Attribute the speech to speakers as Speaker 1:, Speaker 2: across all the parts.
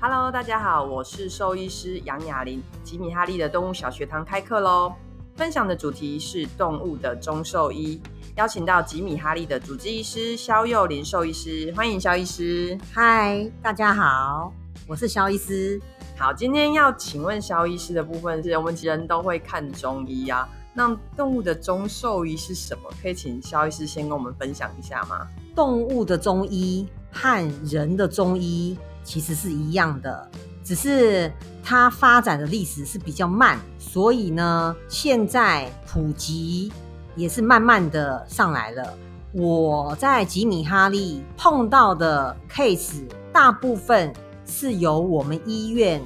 Speaker 1: Hello，大家好，我是兽医师杨雅玲。吉米哈利的动物小学堂开课喽！分享的主题是动物的中兽医，邀请到吉米哈利的主治医师肖幼林兽医师，欢迎肖医师。
Speaker 2: 嗨，大家好，我是肖医师。
Speaker 1: 好，今天要请问肖医师的部分是我们人都会看中医啊，那动物的中兽医是什么？可以请肖医师先跟我们分享一下吗？
Speaker 2: 动物的中医和人的中医其实是一样的，只是它发展的历史是比较慢，所以呢，现在普及也是慢慢的上来了。我在吉米哈利碰到的 case，大部分是由我们医院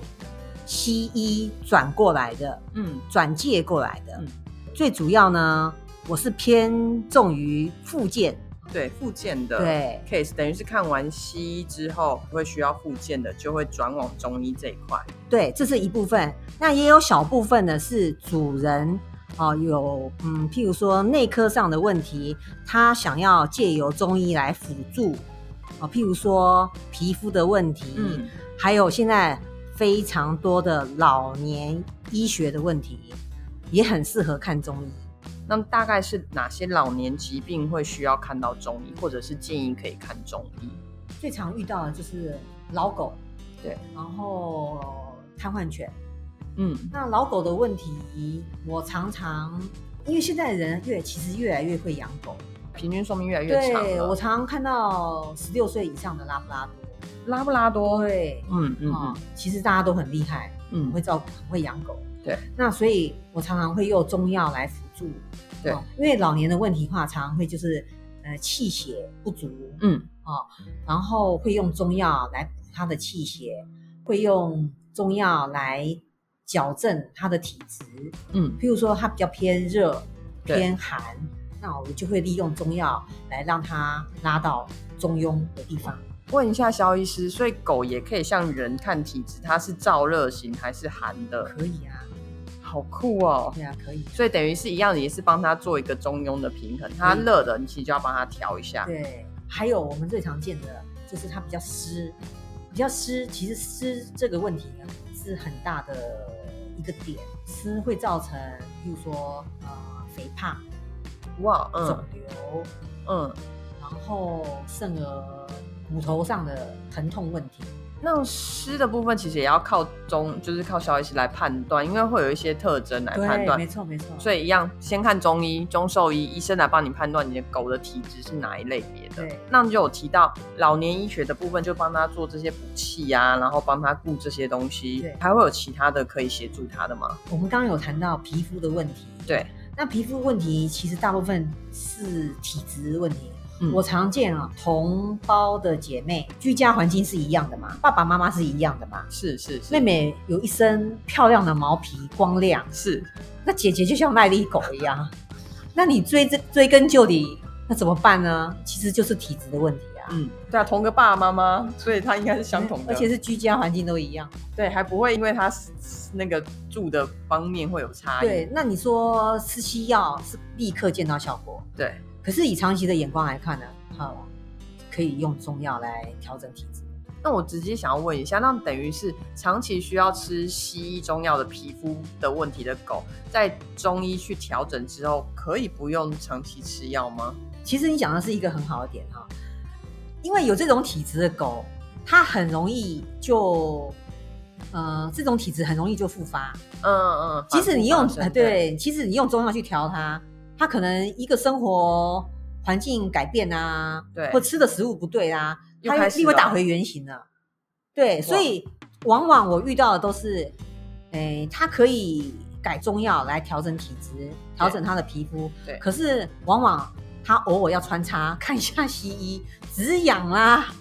Speaker 2: 西医转过来的。
Speaker 1: 嗯
Speaker 2: 转介过来的。
Speaker 1: 嗯
Speaker 2: 最主要呢，我是偏重于复健，
Speaker 1: 对，复健的
Speaker 2: 对
Speaker 1: case 等于是看完西医之后会需要复健的，就会转往中医这一块。
Speaker 2: 对，这是一部分。那也有小部分呢，是主人哦、有嗯，譬如说内科上的问题，他想要借由中医来辅助哦、譬如说皮肤的问题，
Speaker 1: 嗯，
Speaker 2: 还有现在非常多的老年医学的问题，也很适合看中医。
Speaker 1: 那么大概是哪些老年疾病会需要看到中医，或者是建议可以看中医？
Speaker 2: 最常遇到的就是老狗，
Speaker 1: 对，
Speaker 2: 然后瘫痪犬。
Speaker 1: 嗯
Speaker 2: 那老狗的问题，我常常因为现在人越其实越来越会养狗，
Speaker 1: 平均寿命越来越长
Speaker 2: 对
Speaker 1: 了。
Speaker 2: 我常常看到十六岁以上的拉布拉多，
Speaker 1: 拉布拉多，
Speaker 2: 对，
Speaker 1: 嗯嗯
Speaker 2: 啊、其实大家都很厉害，
Speaker 1: 嗯
Speaker 2: 很会照顾，很会养狗。
Speaker 1: 对，
Speaker 2: 那所以我常常会用中药来辅助，
Speaker 1: 对
Speaker 2: 哦因为老年的问题的话，常常会就是呃气血不足，
Speaker 1: 嗯
Speaker 2: 然后会用中药来补他的气血，会用中药来矫正他的体质。
Speaker 1: 嗯
Speaker 2: 譬如说他比较偏热、
Speaker 1: 对
Speaker 2: 偏寒，那我就会利用中药来让他拉到中庸的地方。
Speaker 1: 问一下肖医师，所以狗也可以像人看体质，它是燥热型还是寒的？
Speaker 2: 可以啊，
Speaker 1: 好酷哦！
Speaker 2: 对啊，可以。
Speaker 1: 所以等于是一样，也是帮它做一个中庸的平衡。它
Speaker 2: 嗯
Speaker 1: 热的，你其实就要帮它调一下。
Speaker 2: 对，还有我们最常见的就是它比较湿，比较湿，其实湿这个问题呢是很大的一个点，湿会造成，譬如说呃肥胖、
Speaker 1: 哇，
Speaker 2: 肿
Speaker 1: 嗯
Speaker 2: 瘤。
Speaker 1: 嗯，
Speaker 2: 然后甚而骨头上的疼痛问题。
Speaker 1: 那湿的部分其实也要靠中，就是靠肖医师来判断，因为会有一些特征来判
Speaker 2: 没
Speaker 1: 断。
Speaker 2: 错没错。
Speaker 1: 所以一样，先看中医、中兽医，医生来帮你判断你的狗的体质是哪一类别的。
Speaker 2: 对
Speaker 1: 那就有提到老年医学的部分，就帮他做这些补气呀、然后帮他顾这些东西
Speaker 2: 对。
Speaker 1: 还会有其他的可以协助他的吗？
Speaker 2: 我们刚刚有谈到皮肤的问题，
Speaker 1: 对，
Speaker 2: 那皮肤问题其实大部分是体质问题。
Speaker 1: 嗯
Speaker 2: 我常见啊，同胞的姐妹居家环境是一样的嘛，爸爸妈妈是一样的嘛。
Speaker 1: 是是是，
Speaker 2: 妹妹有一身漂亮的毛皮，光亮，
Speaker 1: 是
Speaker 2: 那姐姐就像麦粒狗一 样。那你追这追根究底，那怎么办呢？其实就是体质的问题啊，
Speaker 1: 嗯，对啊，同个爸爸妈妈，所以他应该是相同的，
Speaker 2: 嗯而且是居家环境都一样。
Speaker 1: 对，还不会因为他那个住的方面会有差异。
Speaker 2: 对，那你说吃西药是立刻见到效果，
Speaker 1: 对
Speaker 2: 可是以长期的眼光来看呢，好，可以用中药来调整体质。
Speaker 1: 那我直接想要问一下，那等于是长期需要吃西医中药的皮肤的问题的狗，在中医去调整之后，可以不用长期吃药吗？
Speaker 2: 其实你讲的是一个很好的点哈，因为有这种体质的狗，它很容易就，呃，这种体质很容易就复发。
Speaker 1: 嗯嗯，
Speaker 2: 即使你用
Speaker 1: 反复发
Speaker 2: 呃
Speaker 1: 生，
Speaker 2: 对，即使你用中药去调它，它可能一个生活环境改变啊，
Speaker 1: 对
Speaker 2: 或吃的食物不对啊，
Speaker 1: 又
Speaker 2: 它
Speaker 1: 开
Speaker 2: 又
Speaker 1: 始
Speaker 2: 立刻
Speaker 1: 了
Speaker 2: 打回原形了。对，所以往往我遇到的都是，诶、它可以改中药来调整体质，调整它的皮肤，
Speaker 1: 对
Speaker 2: 可是往往它偶尔要穿插看一下西医止痒啊啦，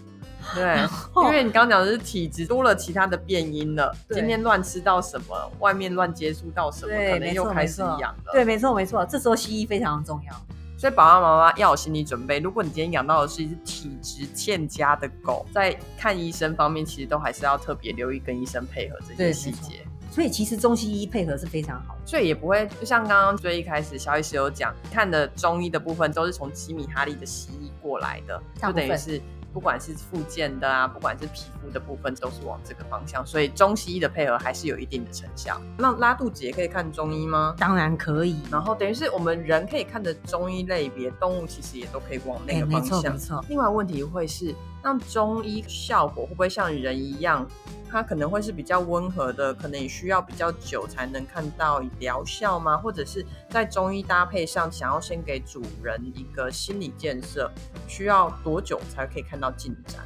Speaker 1: 对， 因为你刚讲的是体质多了其他的变因了，
Speaker 2: 对
Speaker 1: 今天乱吃到什么，外面乱接触到什么，
Speaker 2: 对
Speaker 1: 可能
Speaker 2: 没
Speaker 1: 又
Speaker 2: 错
Speaker 1: 开
Speaker 2: 没
Speaker 1: 始
Speaker 2: 错
Speaker 1: 痒了。
Speaker 2: 对，没错没错，这时候西医非常重要。
Speaker 1: 所以爸爸妈妈要有心理准备，如果你今天养到的是一只体质欠佳的狗，在看医生方面，其实都还是要特别留意跟医生配合这些
Speaker 2: 对
Speaker 1: 细
Speaker 2: 没错
Speaker 1: 节。
Speaker 2: 所以其实中西医配合是非常好的。
Speaker 1: 所以也不会，就像刚刚最一开始肖医师有讲，看的中医的部分都是从吉米哈利的西医过来的，
Speaker 2: 大
Speaker 1: 就
Speaker 2: 部分
Speaker 1: 等于是不管是附件的啊，不管是皮肤的部分，都是往这个方向。所以中西医的配合还是有一定的成效。那拉肚子也可以看中医吗？
Speaker 2: 当然可以。
Speaker 1: 然后等于是我们人可以看的中医类别，动物其实也都可以往那
Speaker 2: 哎，
Speaker 1: 个
Speaker 2: 没
Speaker 1: 方
Speaker 2: 错没
Speaker 1: 向。
Speaker 2: 错，
Speaker 1: 另外问题会是，那中医效果会不会像人一样？它可能会是比较温和的，可能也需要比较久才能看到疗效吗？或者是在中医搭配上，想要先给主人一个心理建设，需要多久才可以看到进展？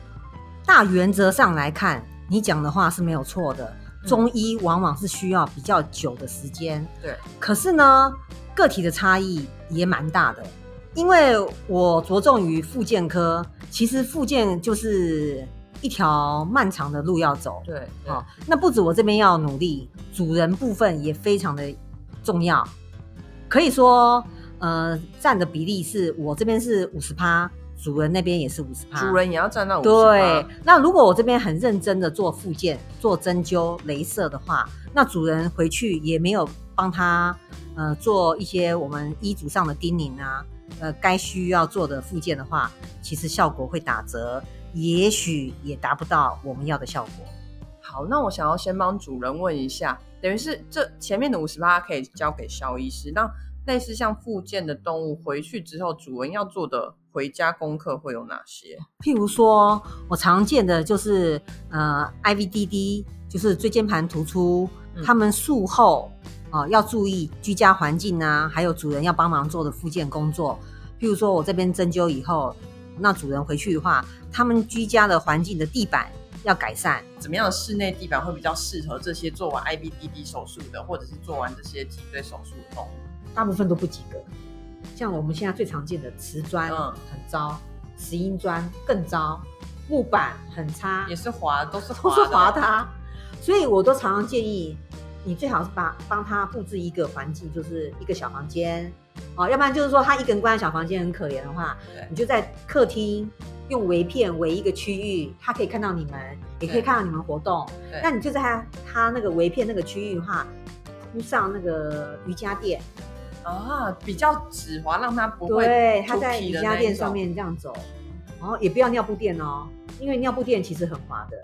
Speaker 2: 大原则上来看，你讲的话是没有错的。
Speaker 1: 嗯
Speaker 2: 中医往往是需要比较久的时间，
Speaker 1: 对，
Speaker 2: 可是呢，个体的差异也蛮大的。因为我着重于复健科，其实复健就是一条漫长的路要走。
Speaker 1: 对，
Speaker 2: 哦，那不止我这边要努力，主人部分也非常的重要。可以说，呃，占的比例是我这边是五十趴，主人那边也是五十趴。
Speaker 1: 主人也要占到五十
Speaker 2: 对，那如果我这边很认真的做复健、做针灸、镭射的话，那主人回去也没有帮他呃做一些我们医嘱上的叮咛啊，呃，该需要做的复健的话，其实效果会打折，也许也达不到我们要的效果。
Speaker 1: 好，那我想要先帮主人问一下，等于是这前面的五十八可以交给肖医师，那类似像附件的动物回去之后，主人要做的回家功课会有哪些？
Speaker 2: 譬如说，我常见的就是呃 IVDD，就是椎间盘突出，
Speaker 1: 嗯
Speaker 2: 他们术后啊、呃要注意居家环境啊，还有主人要帮忙做的复健工作。譬如说我这边针灸以后，那主人回去的话，他们居家的环境的地板要改善。
Speaker 1: 怎么样的室内地板会比较适合这些做完 IBDD 手术的，或者是做完这些脊椎手术的动物？
Speaker 2: 大部分都不及格。像我们现在最常见的瓷砖
Speaker 1: 嗯
Speaker 2: 很糟，石英砖更糟，木板很差
Speaker 1: 也是滑，都是
Speaker 2: 都
Speaker 1: 滑
Speaker 2: 是
Speaker 1: 的，
Speaker 2: 滑的啊，所以我都常常建议你最好是把帮他布置一个环境，就是一个小房间哦，要不然就是说他一个人关在小房间很可怜的话
Speaker 1: 对，
Speaker 2: 你就在客厅用围片围一个区域，他可以看到你们，也可
Speaker 1: 对
Speaker 2: 以看到你们活动
Speaker 1: 对。
Speaker 2: 那你就在他他那个围片那个区域的话，铺上那个瑜伽垫，
Speaker 1: 啊，比较止滑，让它不会
Speaker 2: 对，
Speaker 1: 出
Speaker 2: 他在
Speaker 1: 皮
Speaker 2: 瑜
Speaker 1: 的
Speaker 2: 伽
Speaker 1: 那
Speaker 2: 垫
Speaker 1: 一
Speaker 2: 上
Speaker 1: 种
Speaker 2: 面这样走，然后也不要尿布垫哦，因为尿布垫其实很滑的。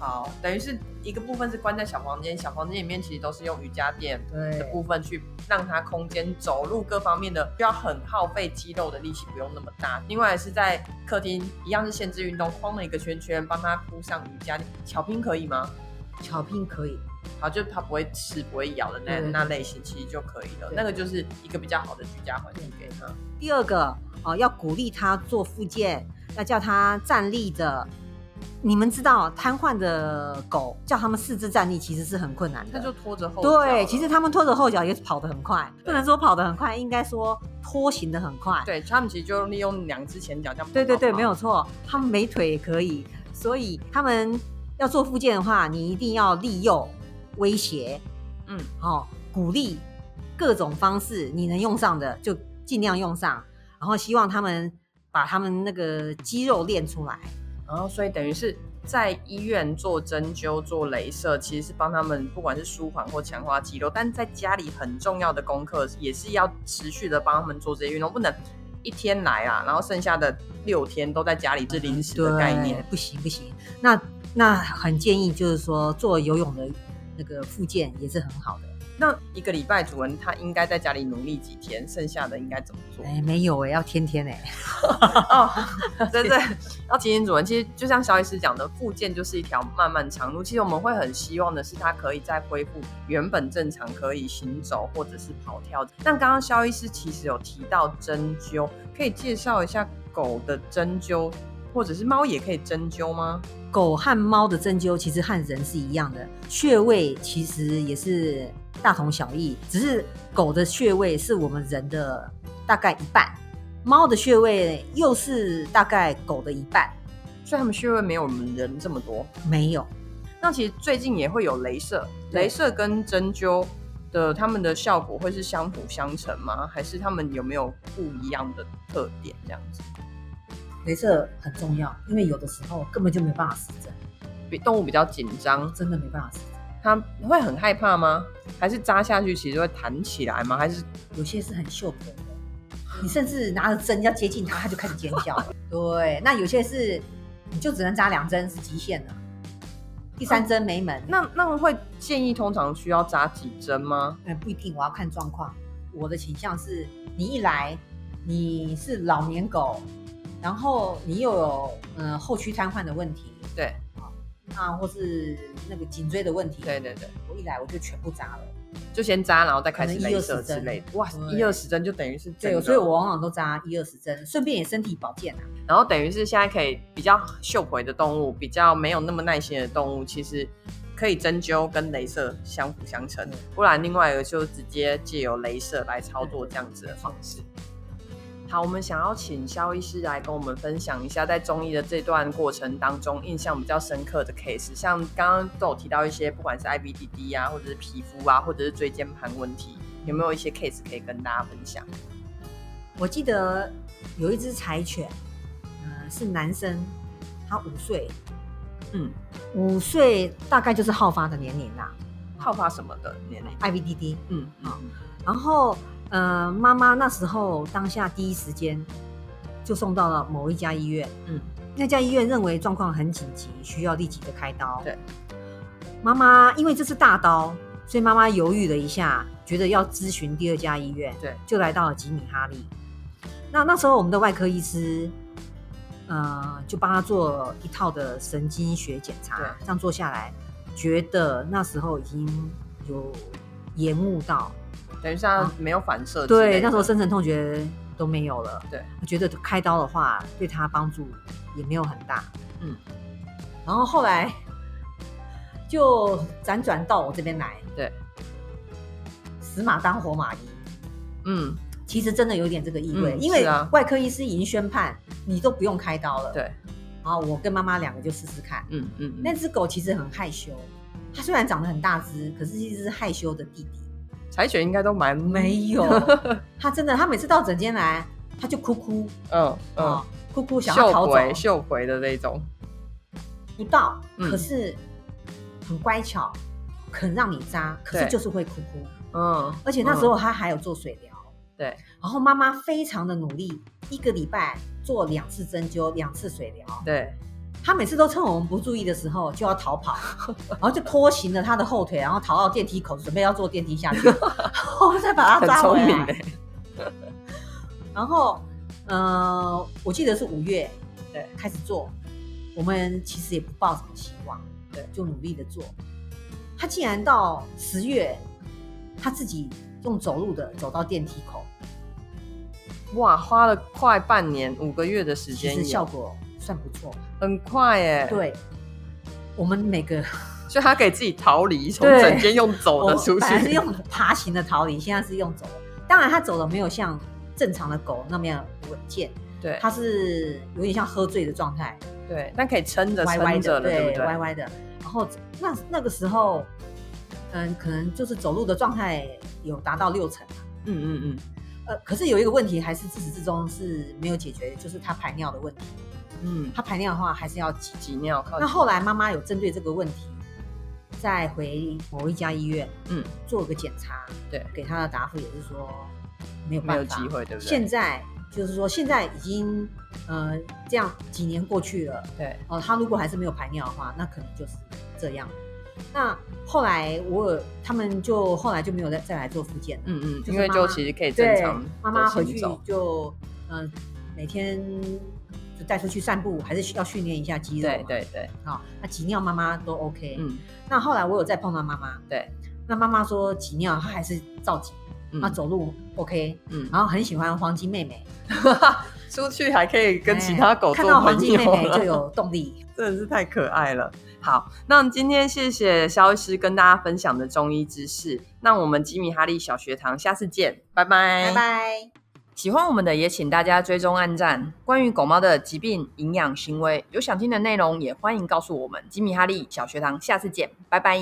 Speaker 1: 好，等于是一个部分是关在小房间，小房间里面其实都是用瑜伽垫
Speaker 2: 对
Speaker 1: 的部分去让它空间走路各方面的需要很耗费肌肉的力气，不用那么大。另外是在客厅一样是限制运动，框了一个圈圈，帮它铺上瑜伽垫。巧拼可以吗？
Speaker 2: 巧拼可以，
Speaker 1: 好，就它不会吃、不会咬的那
Speaker 2: 对对
Speaker 1: 那类型，其实就可以了。
Speaker 2: 对
Speaker 1: 那个就是一个比较好的居家环境给它。
Speaker 2: 第二个哦，要鼓励他做复健，要叫他站立的。你们知道，瘫痪的狗叫他们四肢站立其实是很困难
Speaker 1: 它
Speaker 2: 的。
Speaker 1: 就拖着后脚
Speaker 2: 对，
Speaker 1: 了
Speaker 2: 其实他们拖着后脚也跑得很快，
Speaker 1: 对
Speaker 2: 不能说跑得很快，应该说拖行得很快。
Speaker 1: 对他们其实就利用两只前脚这样。
Speaker 2: 对对对，没。有错，他们没腿也可以，所以他们要做复健的话，你一定要利诱、威胁，
Speaker 1: 嗯，
Speaker 2: 哦，鼓励各种方式，你能用上的就尽量用上，然后希望他们把他们那个肌肉练出来。
Speaker 1: 然后所以等于是在医院做针灸、做镭射，其实是帮他们不管是舒缓或强化肌肉，但在家里很重要的功课也是要持续的帮他们做这些运动，不能一天来啊，然后剩下的六天都在家里是临时的
Speaker 2: 啊
Speaker 1: 概念。
Speaker 2: 不行不行，那那很建议就是说做游泳的那个复健也是很好的。
Speaker 1: 那一个礼拜主人他应该在家里努力几天，剩下的应该怎么做？
Speaker 2: 哎，没有哎、要天天哎、
Speaker 1: 哦， 对对，要提醒主人，其实就像小医师讲的，复健就是一条漫漫长路。其实我们会很希望的是，它可以再恢复原本正常，可以行走或者是跑跳。但刚刚肖医师其实有提到针灸，可以介绍一下狗的针灸，或者是猫也可以针灸吗？
Speaker 2: 狗和猫的针灸其实和人是一样的，穴位其实也是大同小异，只是狗的穴位是我们人的大概一半，猫的穴位又是大概狗的一半，
Speaker 1: 所以他们穴位没有我们人这么多。
Speaker 2: 没有。
Speaker 1: 那其实最近也会有镭射，
Speaker 2: 对
Speaker 1: 镭射跟针灸的他们的效果会是相辅相成吗？还是他们有没有不一样的特点这样子？
Speaker 2: 镭射很重要，因为有的时候根本就没办法施针，
Speaker 1: 比动物比较紧张，
Speaker 2: 真的没办法施针。
Speaker 1: 它会很害怕吗？还是扎下去其实会弹起来吗？还是
Speaker 2: 有些是很秀皮的，你甚至拿着针要接近它，它就开始尖叫。对，那有些是你就只能扎两针是极限了，第三针没门。
Speaker 1: 那那会建议通常需要扎几针吗？
Speaker 2: 呃，不一定，我要看状况。我的倾向是，你一来你是老年狗，然后你又有呃后区瘫痪的问题，
Speaker 1: 对
Speaker 2: 啊，或是那个颈椎的问题，
Speaker 1: 对对对，
Speaker 2: 我一来我就全部扎了。
Speaker 1: 就先扎，然后再开始
Speaker 2: 可能
Speaker 1: 镭
Speaker 2: 1-20
Speaker 1: 射之
Speaker 2: 针
Speaker 1: 类的。哇，
Speaker 2: 对
Speaker 1: 一二十针就等于是整
Speaker 2: 对，
Speaker 1: 个
Speaker 2: 所以我往往都扎一二十针，顺便也身体保健啊。
Speaker 1: 然后等于是现在可以比较秀回的动物，比较没有那么耐心的动物，其实可以针灸跟镭射相辅相成
Speaker 2: 嗯，
Speaker 1: 不然另外一个就直接借由镭射来操作这样子的方式。好，我们想要请肖医师来跟我们分享一下，在中医的这段过程当中，印象比较深刻的 case，像刚刚都有提到一些，不管是 IBDD 啊，或者是皮肤啊，或者是椎间盘问题，有没有一些 case 可以跟大家分享？
Speaker 2: 我记得有一只柴犬，呃，是男生，他五岁，
Speaker 1: 嗯，
Speaker 2: 五岁大概就是好发的年龄啦
Speaker 1: 好发什么的年龄？
Speaker 2: ，IVDD。
Speaker 1: 嗯，好，
Speaker 2: 然后呃，妈妈那时候当下第一时间就送到了某一家医院，
Speaker 1: 嗯，
Speaker 2: 那家医院认为状况很紧急，需要立即的开刀。
Speaker 1: 对，
Speaker 2: 妈妈因为这是大刀，所以妈妈犹豫了一下，觉得要咨询第二家医院，
Speaker 1: 对，
Speaker 2: 就来到了吉米哈利。那那时候我们的外科医师，呃，就帮他做一套的神经学检查
Speaker 1: 对，
Speaker 2: 这样做下来，觉得那时候已经有延误到
Speaker 1: 等于是他没有反射之类的、
Speaker 2: 啊对，那时候深层痛觉都没有了。
Speaker 1: 对，
Speaker 2: 我觉得开刀的话对他帮助也没有很大。
Speaker 1: 嗯，
Speaker 2: 然后后来就辗转到我这边来。
Speaker 1: 对，
Speaker 2: 死马当活马医，
Speaker 1: 嗯，
Speaker 2: 其实真的有点这个意味，
Speaker 1: 嗯
Speaker 2: 因为
Speaker 1: 是啊
Speaker 2: 外科医师已经宣判你都不用开刀了。，
Speaker 1: 对，
Speaker 2: 然后我跟妈妈两个就试试看。
Speaker 1: 嗯嗯，
Speaker 2: 那只狗其实很害羞，它虽然长得很大只，可是其实是害羞的弟弟。
Speaker 1: 柴犬应该都蛮
Speaker 2: 没 有，它真的，它每次到诊间来，它就哭哭，
Speaker 1: 嗯嗯
Speaker 2: 啊，哭哭想要
Speaker 1: 秀
Speaker 2: 逃走，
Speaker 1: 回秀回的那种，
Speaker 2: 不到，
Speaker 1: 嗯
Speaker 2: 可是很乖巧，肯让你扎，可是
Speaker 1: 对
Speaker 2: 就是会哭哭。
Speaker 1: 嗯，
Speaker 2: 而且那时候他还有做水疗，
Speaker 1: 对，
Speaker 2: 然后妈妈非常的努力，一个礼拜做两次针灸，两次水疗。
Speaker 1: 对，
Speaker 2: 他每次都趁我们不注意的时候就要逃 跑，然后就拖行了他的后腿，然后逃到电梯口，准备要坐电梯下 去，我们再把他
Speaker 1: 很
Speaker 2: 啊抓
Speaker 1: 聪
Speaker 2: 回
Speaker 1: 明欸
Speaker 2: 来。
Speaker 1: 的，
Speaker 2: 然后，呃，我记得是五月，
Speaker 1: 对，
Speaker 2: 开始做。我们其实也不抱什么希望，
Speaker 1: 对，
Speaker 2: 就努力的做。他竟然到十月，他自己用走路的走到电梯口，
Speaker 1: 哇，花了快半年五个月的时
Speaker 2: 其
Speaker 1: 间
Speaker 2: 实
Speaker 1: 有，
Speaker 2: 效果算不错。
Speaker 1: 很快耶，，
Speaker 2: 对，我们每 个
Speaker 1: 所以他可以自己逃离，从
Speaker 2: 对
Speaker 1: 整间用走
Speaker 2: 我
Speaker 1: 的
Speaker 2: 们
Speaker 1: 出
Speaker 2: 本来是
Speaker 1: 去，
Speaker 2: 用爬行的逃离，现在是用走的。当然，他走的没有像正常的狗那么样稳健，
Speaker 1: 对
Speaker 2: 他是有点像喝醉的状态。
Speaker 1: 对，但可以撑着
Speaker 2: 歪歪
Speaker 1: 撑着
Speaker 2: 的，
Speaker 1: 了，对不对？
Speaker 2: 歪歪的。然后那那个时候，嗯，可能就是走路的状态有达到六成，
Speaker 1: 嗯嗯
Speaker 2: 呃，可是有一个问题还是自始至终是没有解决，就是他排尿的问题。
Speaker 1: 嗯嗯，
Speaker 2: 他排尿的话还是要挤。
Speaker 1: 挤尿靠
Speaker 2: 那，后来妈妈有针对这个问题，再回某一家医院
Speaker 1: 嗯，
Speaker 2: 做个检查，
Speaker 1: 对，
Speaker 2: 给他的答复也是说没有
Speaker 1: 没有
Speaker 2: 办法，
Speaker 1: 机会，对不
Speaker 2: 现
Speaker 1: 对？
Speaker 2: 在就是说现在已经呃这样几年过去了。
Speaker 1: 对，
Speaker 2: 哦，他如果还是没有排尿的话，那可能就是这样。那后来我有他们就后来就没有再再来做复健了，
Speaker 1: 嗯嗯，
Speaker 2: 就是
Speaker 1: 因为
Speaker 2: 妈
Speaker 1: 就
Speaker 2: 妈
Speaker 1: 其实可以正
Speaker 2: 对
Speaker 1: 常，
Speaker 2: 妈妈回去就嗯、呃每天就带出去散步，还是需要训练一下肌肉嘛
Speaker 1: 对对对，
Speaker 2: 啊、那挤尿妈妈都 OK，、
Speaker 1: 嗯
Speaker 2: 那后来我有再碰到妈妈，
Speaker 1: 对，
Speaker 2: 那妈妈说挤尿她还是照挤，
Speaker 1: 嗯
Speaker 2: 她走路 OK，、
Speaker 1: 嗯，
Speaker 2: 然后很喜欢黄金妹妹，
Speaker 1: 出去还可以跟其他狗
Speaker 2: 哎看
Speaker 1: 做
Speaker 2: 到
Speaker 1: 朋
Speaker 2: 黄金妹
Speaker 1: 友
Speaker 2: 妹就
Speaker 1: 了，
Speaker 2: 有动力，
Speaker 1: 真的是太可爱了。好，那今天谢谢肖医师跟大家分享的中医知识，那我们吉米哈利小学堂下次见，拜拜，
Speaker 2: 拜拜。
Speaker 1: 喜欢我们的也请大家追踪按赞。关于狗猫的疾病、营养、行为，有想听的内容也欢迎告诉我们。吉米哈利小学堂，下次见，拜拜。